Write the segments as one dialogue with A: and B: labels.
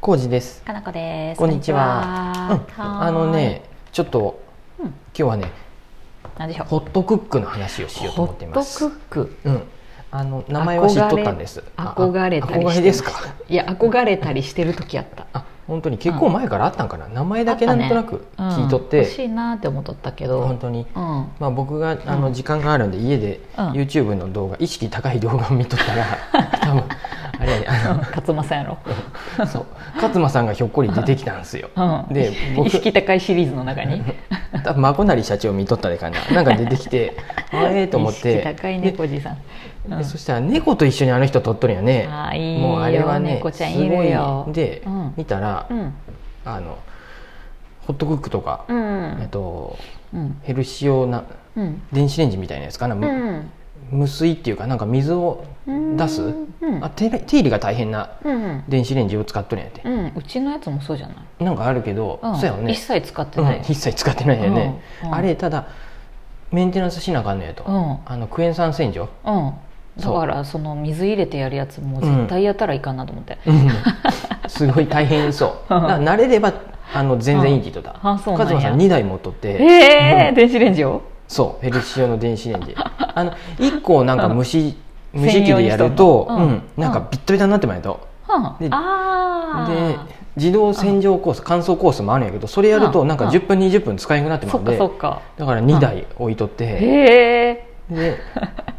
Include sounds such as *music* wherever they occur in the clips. A: コウジです。
B: かなこです。
A: こんにちは。うん、
B: ーい
A: あのね、、ちょっと、
B: うん
A: 今日はね、
B: なんでしょう。
A: ホットクックの話をしようと
B: ホ
A: 思っていま
B: ッ
A: す。
B: トクック、
A: うん、あの名前は知っとったんです。ああ
B: 憧れたりしてま
A: 憧
B: した
A: れですか。
B: いや憧れたりしてる時やった。
A: あ、本当に結構前からあったんかな。名前だけなんとなく
B: うん
A: 聞いとっ、
B: 欲していなって思っとったけ
A: 本
B: ど、
A: 当に。
B: うん、
A: まあ僕があの時間があるんで家で
B: うん
A: YouTube の動画意識高い動画を見とったら多分あれやねあの
B: 勝間さんや
A: *laughs*
B: ろ。
A: そう勝間さんがひょっこり出てきたんですよ
B: うん、
A: で僕
B: 意識高いシリーズの中に。
A: 多分孫成社長見とったでかななんか出てき
B: *laughs*
A: てあ *laughs* ええと思っ
B: 意識
A: て
B: 高い
A: で
B: 猫じいさん。うん
A: でそしたら猫と一緒にあの人撮っとるんよね
B: あーいいよ
A: もうあれはね
B: 猫ちゃんいるよ
A: すごいで、
B: うん
A: 見たら、
B: うん、
A: あのホットクックとか、
B: うん
A: えっと、
B: うん、
A: ヘルシオな
B: うん、
A: 電子レンジみたいなやつかな、
B: う
A: む
B: ん、
A: 無水っていうかなんか水を出す、
B: うん
A: あ手手入れが大変な
B: うん、
A: 電子レンジを使っとるんやって
B: う、ん、うちのやつもそうじゃない。
A: なんかあるけど、
B: ん
A: そうやろね
B: 一切使って
A: う
B: ない。
A: ん一切使ってないよね、
B: うんうん
A: あれただメンテナンスしなあかんのやと、
B: うん
A: あのクエン酸洗浄
B: うん
A: そ
B: だ
A: う
B: からその水入れてやるやつも絶対やったらいかんなと思って、
A: すごい大変そう
B: うん
A: だから慣れればあの全然いいって言ってた
B: うんあそうなんや
A: 勝間さん2台持っとっ
B: え
A: て
B: え
A: うん
B: 電子レンジを
A: そうヘルシオの電子レンジあの1個をなんか蒸し
B: うん
A: 蒸し器でやると、
B: 専用にしとんのうん
A: うんなんかビッタビタになってまいと
B: はあ
A: でで
B: あ
A: 自動洗浄コース乾燥コースもあるんやけどそれやると
B: うん
A: なんか
B: うん
A: 10分20分使えなくなって
B: ー
A: ま
B: そう
A: ので
B: っかそっか
A: だから2台置いとって、
B: へえ
A: で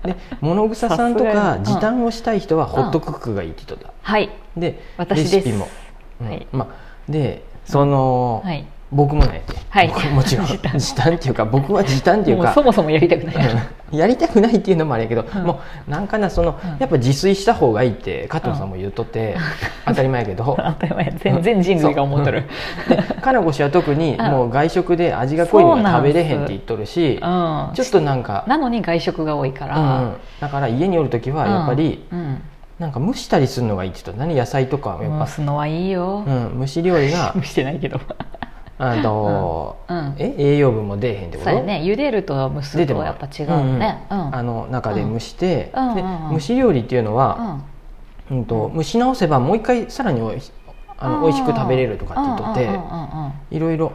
A: で物草さんと
B: さすが
A: か
B: やな
A: 時短をしたい人はホットクックがいいって言ってた、
B: はい
A: で
B: 私です
A: レシピも、うん
B: はい
A: まあでその、
B: はい
A: 僕もね、
B: はい
A: 僕もち
B: *laughs*
A: ろん時短っていうか僕は時短っていう
B: もう
A: か
B: そもそもやりたくない、
A: *laughs* うんやりたくないっていうのもあれやけど、
B: うん
A: もうなんかなその、
B: うん
A: やっぱ自炊した方がいいって加藤さんも言っとって、 *laughs* 当たり前やけど
B: *laughs* 当たり前全然人類が思っとる
A: でかなこ氏は特に
B: うん
A: もう外食で味が濃いのが食べれへんって言っとるし
B: *laughs* う、ん
A: ちょっとなんか、
B: なのに外食が多いか
A: うんうん
B: ら、
A: だから家におる時はやっぱり、
B: うん
A: なんか蒸したりするのがいいって言った何野菜とかは
B: う
A: や
B: ん、
A: っ
B: 蒸すのはいいよ
A: ぱ、、うん、蒸し料理
B: *laughs*
A: が
B: してないけど
A: あの、
B: うんうん
A: え栄養分も出えへんってこ
B: そう
A: と
B: やね茹でると蒸す
A: 出て
B: と
A: も
B: はやっぱ違うね
A: うんうんあの中で蒸して、
B: うん
A: で
B: うんうん
A: 蒸し料理っていうのは、
B: うん
A: うんと蒸し直せばもう一回さらにおいあの美味しく食べれるとかって言っ
B: うんうん
A: とっ
B: うんうん
A: ていろいろ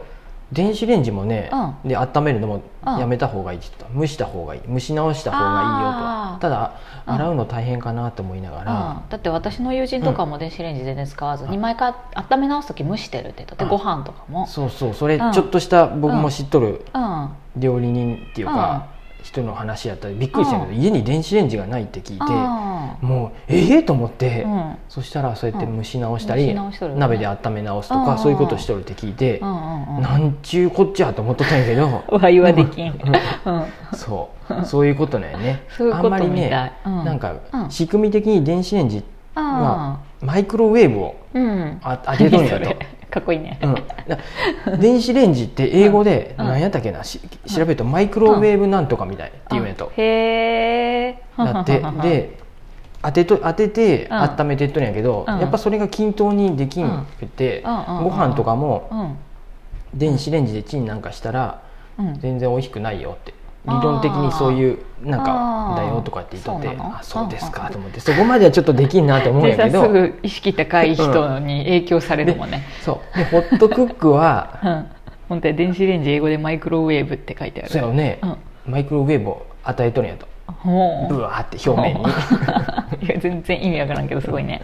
A: 電子レンジもね、
B: う
A: で温めるのも
B: うん
A: やめた方がいいって言ってた蒸した方がいい蒸し直した方がいいよ
B: あー
A: とただ
B: うん
A: 洗うの大変かなと思いながら、
B: うんだって私の友人とかも電子レンジ全然使わずに毎回温め直す時蒸してるって言ったって
A: うん
B: ご飯とかも
A: そうそうそれ
B: うん
A: ちょっとした僕も知っとる、
B: うん
A: 料理人っていうか、人の話やったりびっくりしたけど、
B: う
A: 家に電子レンジがないって聞いて、
B: あ
A: もうええと思って、
B: ーうん
A: そしたらそうやって蒸し直した
B: 蒸
A: り、
B: し直しとるよね
A: 鍋で温め直すと
B: うんうん
A: か、
B: うん
A: そういうことしとるって聞いて、
B: うんうんうん
A: なんちゅうこっちゃと思っとったんやけ
B: *laughs*
A: ど
B: わいはできん
A: うん
B: うん
A: そうそういうことなんやね
B: そういう
A: あ
B: こ
A: ん
B: と
A: まり
B: みたい
A: ね、
B: うん
A: なんか
B: うん
A: 仕組み的に電子レンジ
B: あ
A: はマイクロウェーブを
B: ーうん *laughs*
A: あ当てとるんや
B: 何そ
A: と
B: れ。かっこいいね
A: うんな、電子レンジって英語で
B: うん
A: 何やったっけなし調べるとマイクロウェーブなんとかみたいって言うんやと
B: あへえ
A: なってで当てと当てて
B: うん
A: 温めてっとるんやけど、
B: うん
A: やっぱそれが均等にできんくて、
B: うんうんうん
A: ご飯とかも
B: うん
A: 電子レンジでチンなんかしたら
B: うん
A: 全然美味しくないよって理論的にそういうなん
B: あ
A: か
B: ー
A: だよとかって言っとって
B: そうなの
A: あそうです
B: うんう
A: か
B: ん
A: と思ってそこまではちょっとできんなと思うんや
B: 絶
A: け
B: *laughs* 対
A: ど
B: すぐ意識高い人に影響されるもんね
A: そうでホットクックは
B: うん本当に電子レンジ英語でマイクロウェーブって書いてある
A: そうやろね、
B: うん
A: マイクロウェーブを与えとるんやと
B: ほう
A: ブワーって表面に
B: *laughs* いや全然意味わからんけどすごいね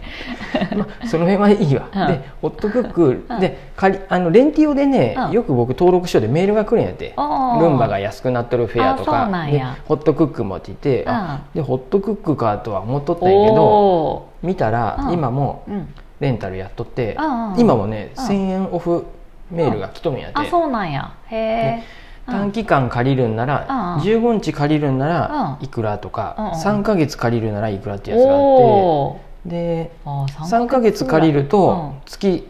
A: まあその辺はいいわ、
B: うん
A: でホットクック
B: うん
A: で仮あのレンティオでね、
B: うん
A: よく僕登録しようでメールが来るんやって
B: お
A: *laughs*
B: ー
A: ルンバが安くなっとるフェアとか
B: あそうなん
A: で
B: や
A: ホットクックもって言って、あでホットクックかとは思っとったんやけど
B: お
A: 見たら
B: うん
A: 今も
B: ーうん
A: レンタルやっとって、
B: うんうん
A: 今もね、
B: うん
A: 1000円オフメールが来とるんやって、
B: あそうなんやへえ
A: ね短期間借りるんなら、
B: うん
A: 15日借りるんなら
B: うん
A: いくらと
B: うんうん
A: か、三3か月借りるならいくらってやつがあって
B: お
A: で
B: ーあー
A: 3ヶ月借りると月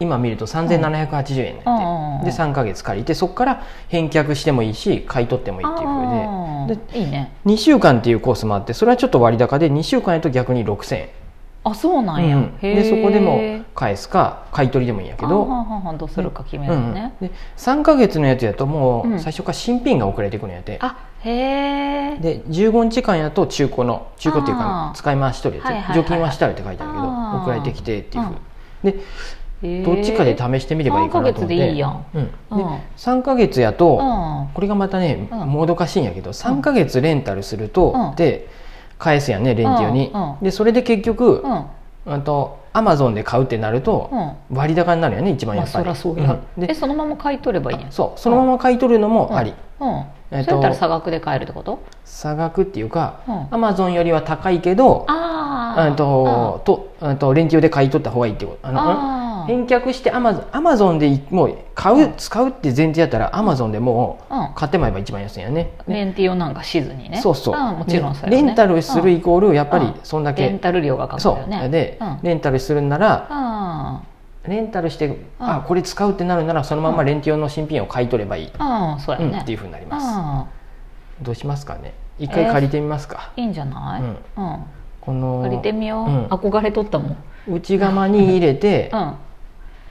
A: 今見ると3780円に
B: うんうんうん
A: なっ
B: うん
A: てで3ヶ月借りてそこから返却してもいいし買い取ってもいいっていうふう
B: あ
A: で
B: ーいいね
A: で2週間っていうコースもあってそれはちょっと割高で2週間やと逆に6000円
B: あそうなんや、
A: うんうん
B: へ
A: で
B: ー
A: そこでも返すか買い取りでもいいんやけ
B: あは
A: ど
B: んはんはんどうするか決める
A: う
B: の
A: んうん
B: ね、
A: で3ヶ月のやつやとも
B: う
A: うん最初から新品が送られてくるんやって
B: あへえ
A: で15日間やと中古の中古っていう
B: あ
A: か
B: ー
A: 使い回しとるやつ、
B: はいはいはい
A: 除菌はしたるって書いてあるけ
B: あ
A: ど
B: ー
A: 送られてきてっていうふうでどっちかで試
B: 食
A: してみればいいかなと思って、
B: 三ヶ月でいいやん
A: うん、で
B: べうん
A: 3ヶ月やと、
B: うん
A: これがまたね、
B: うん
A: もどかしいんやけど3ヶ月レンタルすると、
B: うん
A: で返すやんねレンティオに、
B: うんうん
A: でそれで結局、
B: うん
A: あとアマゾンで買うってなると、
B: うん
A: 割高になるよね一番やっぱり、
B: まあそらそうや
A: うん
B: え
A: で
B: そのまま買い取ればいいんや
A: そうそのまま買い取るのもあり、
B: うん、
A: えっと
B: それやったら差額で買えるってこと
A: 差額っていうか、
B: うん
A: アマゾンよりは高いけど
B: ああ
A: うんととうんと連休で買い取った方がいいってことあのうん
B: あー
A: 返却してアマゾンアマゾンでいもう買う、
B: うん
A: 使うって前提やったらアマゾンでも
B: うん
A: う買ってまえば一番安いんやね、
B: レンティオなんかしずにね
A: そうそう、
B: んもちろんそれは
A: レ
B: ね
A: ンタルするイコールやっぱ
B: う
A: り
B: ん
A: そんだ
B: うんレ
A: け、
B: ンタル料がかかる
A: そ
B: よ
A: う
B: ね
A: で、
B: うん
A: レンタルするんなら
B: あ
A: レンタルして、あこれ使うってなるならそのままレンティオの新品を買い取ればいい、
B: あうんそうや
A: うん
B: ね
A: っていうふうになります、
B: あ
A: どうしますかね一回借りてみますか、
B: ーいいんじゃない
A: うん
B: うん
A: この
B: 借りてみよ
A: うん
B: う憧れとったもん
A: 内釜に入れて、
B: うん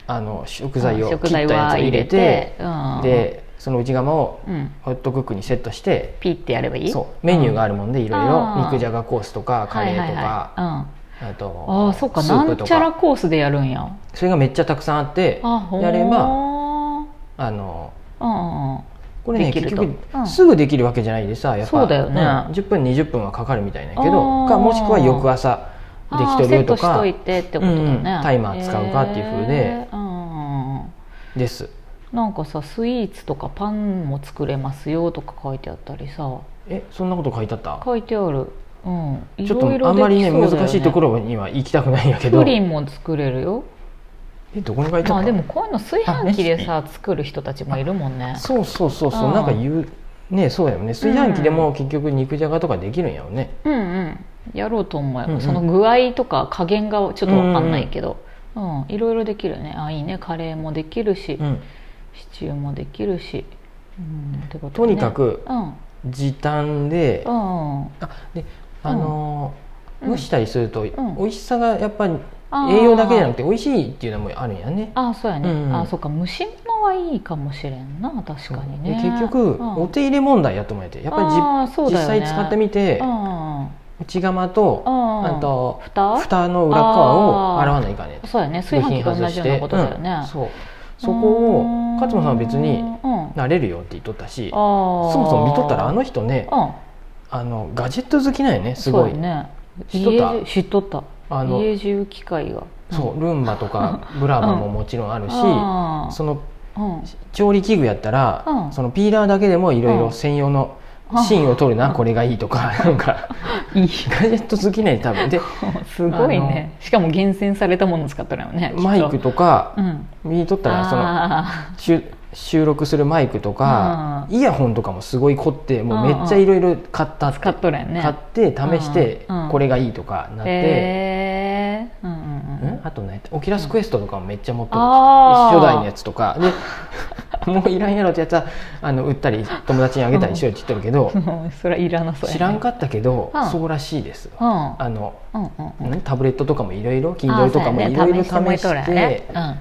A: あの食材を
B: うん
A: 切ったやつを入れて、
B: 食材は入れて
A: でその内釜を
B: うんうん
A: ホットクックにセットして
B: ピッてやればいい
A: そうメニューがあるもんでいろい
B: あ
A: ろ
B: ー
A: 肉じゃがコースとかカレーと
B: はいは
A: か
B: い
A: あ
B: はいうんあ
A: と
B: あそうか
A: ス
B: な
A: ープ
B: ん
A: と
B: ちゃら
A: か
B: コースでやるんや
A: それがめっちゃたくさんあって
B: あほー
A: やれば
B: う
A: あの
B: んうん
A: これね
B: でき
A: 結
B: ると
A: 局
B: うん
A: すぐできるわけじゃないでさやっぱ
B: そうだよね
A: ん10分20分はかかるみたいなんやけ
B: あ
A: ど
B: ー
A: かもしくは翌朝できとるよと
B: あ
A: か
B: ーセットしといてってことだね、
A: うんタイマー使うかっていう風で
B: へーうんうんうん
A: です
B: なんかさスイーツとかパンも作れますよとか書いてあったりさ
A: えそんなこと書いてあった
B: 書いてあるうんい
A: ちょっ
B: ろいろできそうだよ
A: とあんまりね難しいところには行きたくないんやけど
B: プリンも作れるよ
A: えどこに書いてあ
B: ま
A: っ
B: あ
A: た
B: でもこういうの炊飯器でさ作る人たちもいるもんね
A: そうそうそうそううんなんか言うねそうだよね炊飯器でも結局肉じゃがとかできるんやろね
B: うんうんやろうと思えば、
A: うんうん
B: その具合とか加減がちょっと分かんないけど、うんいろいろできるねあいいねカレーもできるし、
A: うん
B: シチューもできるし、うん、ってこと
A: と
B: ね
A: にかく
B: うん
A: 時短で
B: うん
A: あであのー
B: うん
A: 蒸したりすると
B: ん
A: 美味しさがやっぱり
B: あー
A: 栄養だけじゃなくて美味しいっていうのもあるんやね
B: あそうやね、
A: うんうん
B: あそうか蒸し物はいいかもしれんな確かに
A: で
B: ね
A: 結局
B: うん
A: お手入れ問題やと思えてやっぱりじ
B: あーそう
A: 実
B: だよね
A: 際使ってみて
B: うんうん
A: 内釜と
B: あ
A: あと
B: 蓋
A: 蓋の裏側を洗わないかね
B: そうやね炊飯器と同じようなことだよね、
A: うん
B: そ
A: そうそこを勝間さんは別に慣れるよって言っとったしそ
B: も
A: もそも見とったらあの人ねあのガジェット好きなんよねすごい
B: そうやね
A: 知っとった
B: 家中知っとった
A: あの
B: 家中機械が
A: そうルンバと
B: *laughs*
A: かブラバももちろんあるし
B: あー
A: その
B: うん
A: 調理器具やったら、
B: うん
A: そのピーラーだけでもいろいろ専用の芯を取るな、
B: うん
A: これがいいとかなんか
B: いい
A: ガジェット好きね多分で
B: すごいねしかも厳選されたもの使っとるよねきっと
A: マイクとか
B: うん
A: 見とったらその
B: あ
A: しゅ収録するマイクとか、
B: う
A: イヤホンとかもすごい凝ってもうめっちゃ
B: うん
A: いろいろ買ったって
B: ー使っとるやんね
A: 買って試して、
B: うんうん
A: これがいいとかなって、
B: へーうんうんうん
A: んあとねオキュラスクエストとかもめっちゃ持ってる、
B: あ
A: 一
B: ー
A: 緒代のやつとかで *laughs* もういらんやろってやつはあの売ったり友達にあげたりしようって言ってるけど、
B: うん *laughs* それはいらなそうやね
A: 知らんかったけど、
B: うん
A: そうらしいです、
B: うんうん
A: あの、
B: うんうん
A: 何タブレットとかもいろいろ Kindle とかもいろいろ試
B: あーそうやね
A: して
B: もらえねうん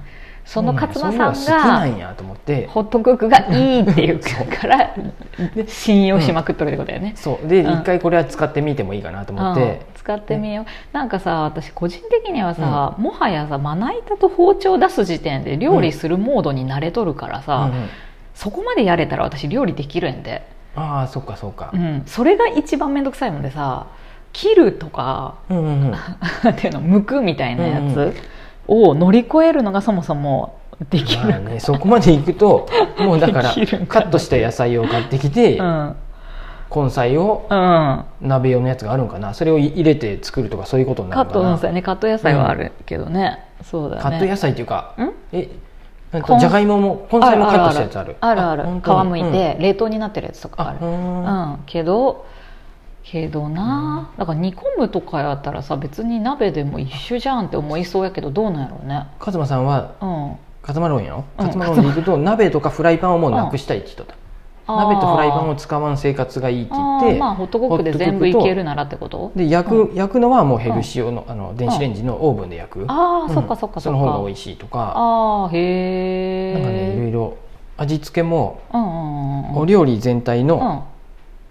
B: その勝
A: う
B: 間
A: んそういうの好き
B: さ
A: なん
B: が
A: んやと思って
B: ホットクックがいいっていうから *laughs* 信用しまくっとるってことだよね、
A: そうで一、
B: うん
A: 回これは使ってみてもいいかなと思って
B: うん、使ってみよう、なんかさ私個人的にはさ、もはやさまな板と包丁出す時点で料理するモードに慣れとるからさ、
A: うんうん
B: そこまでやれたら私料理できるんで、
A: ああそっかそっか
B: う、ん、それが一番面倒くさいもんでさ切るとか *laughs*
A: うんうんうん、
B: なんていうの剥くみたいなや
A: うんう
B: つを乗り越えるのがそもそもでき
A: まあ
B: る、
A: ね、そこまで行くともうだから
B: できるん
A: カ
B: かな
A: ットした野菜を買ってきて、根菜を
B: うん、うん、
A: 鍋用のやつがあるんかなそれを入れて作るとかそういうことにな
B: カ
A: るの
B: ッ
A: か
B: ト
A: な
B: のさねカット野菜はあるけどね、そうだね
A: カット野菜っていうか
B: ん
A: えなん
B: 根
A: とじゃがいもも根菜もカットしたやつある
B: あるある
A: 本
B: 皮
A: 当に
B: むいて、冷凍になってるやつと
A: うん
B: か
A: あ
B: ある
A: う
B: うんん、けどけどな、だから煮込むとかやったらさ別に鍋でも一緒じゃんって思いそうやけどどうなんやろうね
A: 勝間さんは
B: うん
A: 勝間論やろ
B: うん
A: 勝間論で行くと鍋とかフライパンをもうなくしたいって人だ鍋とフライパンを使わん生活がいいって言
B: あ
A: っ
B: ー
A: て
B: まあホットコックで全部いけるならってこと
A: で焼く焼くのはもうヘルシオのあの電子レンジのオーブンで焼く
B: ああ、
A: うん
B: そっかそっか
A: そ
B: そっ
A: の
B: か
A: 方が美味しいとか
B: ああへえ
A: なんかねいろいろ味付けも
B: うんうんうんうん
A: お料理全体
B: う
A: の
B: ん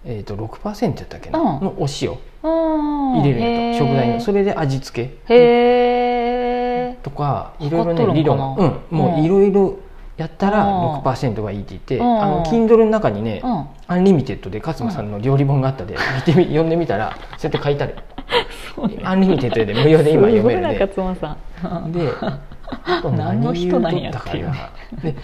A: えーと6%やったっけな
B: うん
A: のお塩
B: 入
A: 入れるんやと食材のそ
B: れ
A: れで味付け
B: へえ
A: とかいろいろね
B: 測っとるんかな
A: 理論、うん、も
B: うん
A: ういろいろやったら
B: あー
A: 6%がいいって言って、
B: うん
A: あの Kindle の中にね、
B: うん
A: アンリミテッドで勝間さんの料理本があったで、見てみ読んでみたらそうやって書いてある
B: そうね
A: アンリミテッドで無料で今読める
B: すごいな
A: で
B: 勝間さん
A: であと
B: 何の人なん
A: 言
B: や
A: うとったか
B: っていう
A: なで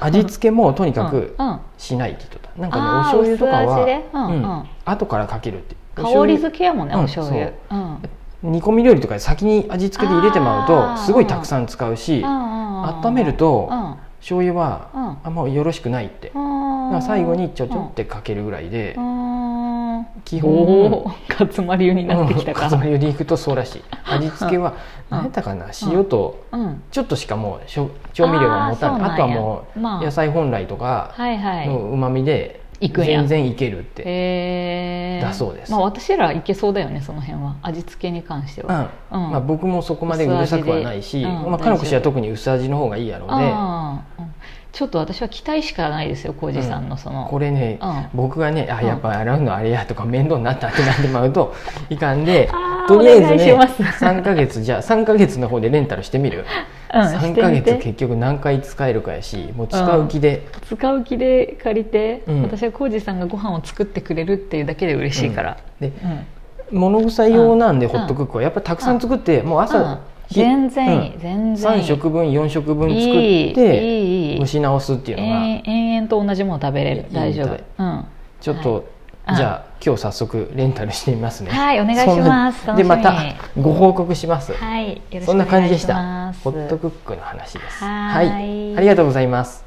A: 味付けもとにかく
B: うんうん
A: しないって言っとったなんかねお
B: あー
A: 醤油とか
B: 薄味
A: は、
B: でうんうん
A: 後からかけるってお醤
B: 香り
A: 油
B: 付けやもんね、
A: うん
B: お醤油
A: そう
B: うんうん
A: 煮込み料理とかで先に味付けで入れてま
B: あ
A: う
B: ー
A: とすごいたくさん使うし、温
B: 温
A: めると
B: うん
A: 醤油
B: う
A: は
B: ん
A: あんまよろしくないって、だから最後にちょちょってかけるぐらいで、
B: うんうん
A: 基本
B: おー *laughs* 勝間流になってきたか
A: うん重ねでいくとそうらしい味付けは
B: *laughs* うん
A: 何やったかな塩と
B: うん
A: ちょっとしかもうしょ調味料が持たない
B: あーそうなんや
A: あとはもう
B: まあ
A: 野菜本来とか
B: はいはい
A: のうまみで
B: いくんや
A: 全然いけるって、
B: へえ
A: だそうです
B: まあ私らいけそうだよねその辺は味付けに関して
A: うん
B: はうん
A: まあ、僕もそこまでうるさくはないし、
B: 薄味でうん
A: まあ、かのこ氏は特に薄味の方がいいやろうね
B: あーうんちょっと私は期待しかないですよ浩二さんのその
A: これね、
B: うん
A: 僕がねあ
B: うん
A: やっぱ洗うのあれやとか面倒になったってなってまうといかんで
B: *laughs* あー
A: とりあえずね
B: お願いします
A: 3か月じゃあ3か月の方でレンタルしてみる
B: うん
A: 3
B: して
A: ヶ
B: み
A: 月
B: て
A: 結局何回使えるかやしもう使う気で、
B: 使う気で借りて
A: うん
B: 私は浩二さんがご飯を作ってくれるっていうだけで嬉しいから
A: で
B: うん
A: 物臭い用なんで
B: うん
A: ホットクックはやっぱたくさん作って、もう
B: うん
A: 朝、ひ
B: 全然いい、全
A: うん、
B: 然いい
A: 3食分4食分作っ
B: い
A: て
B: いいいいい
A: 蒸し直すっていうのが
B: 延延々と同じもの食べれる
A: いい
B: 大丈夫
A: いいみ
B: うん
A: ちょっと、
B: はい
A: じゃあ今日早速レンタルしてみますね
B: はいお願いします
A: そんなでま
B: 楽しみ
A: たご報告します、
B: はいよろしく
A: そ
B: お
A: んな感
B: 願
A: じで
B: い
A: し
B: したま
A: ホッ
B: す
A: トクックの話です
B: はーい
A: ありがとうございます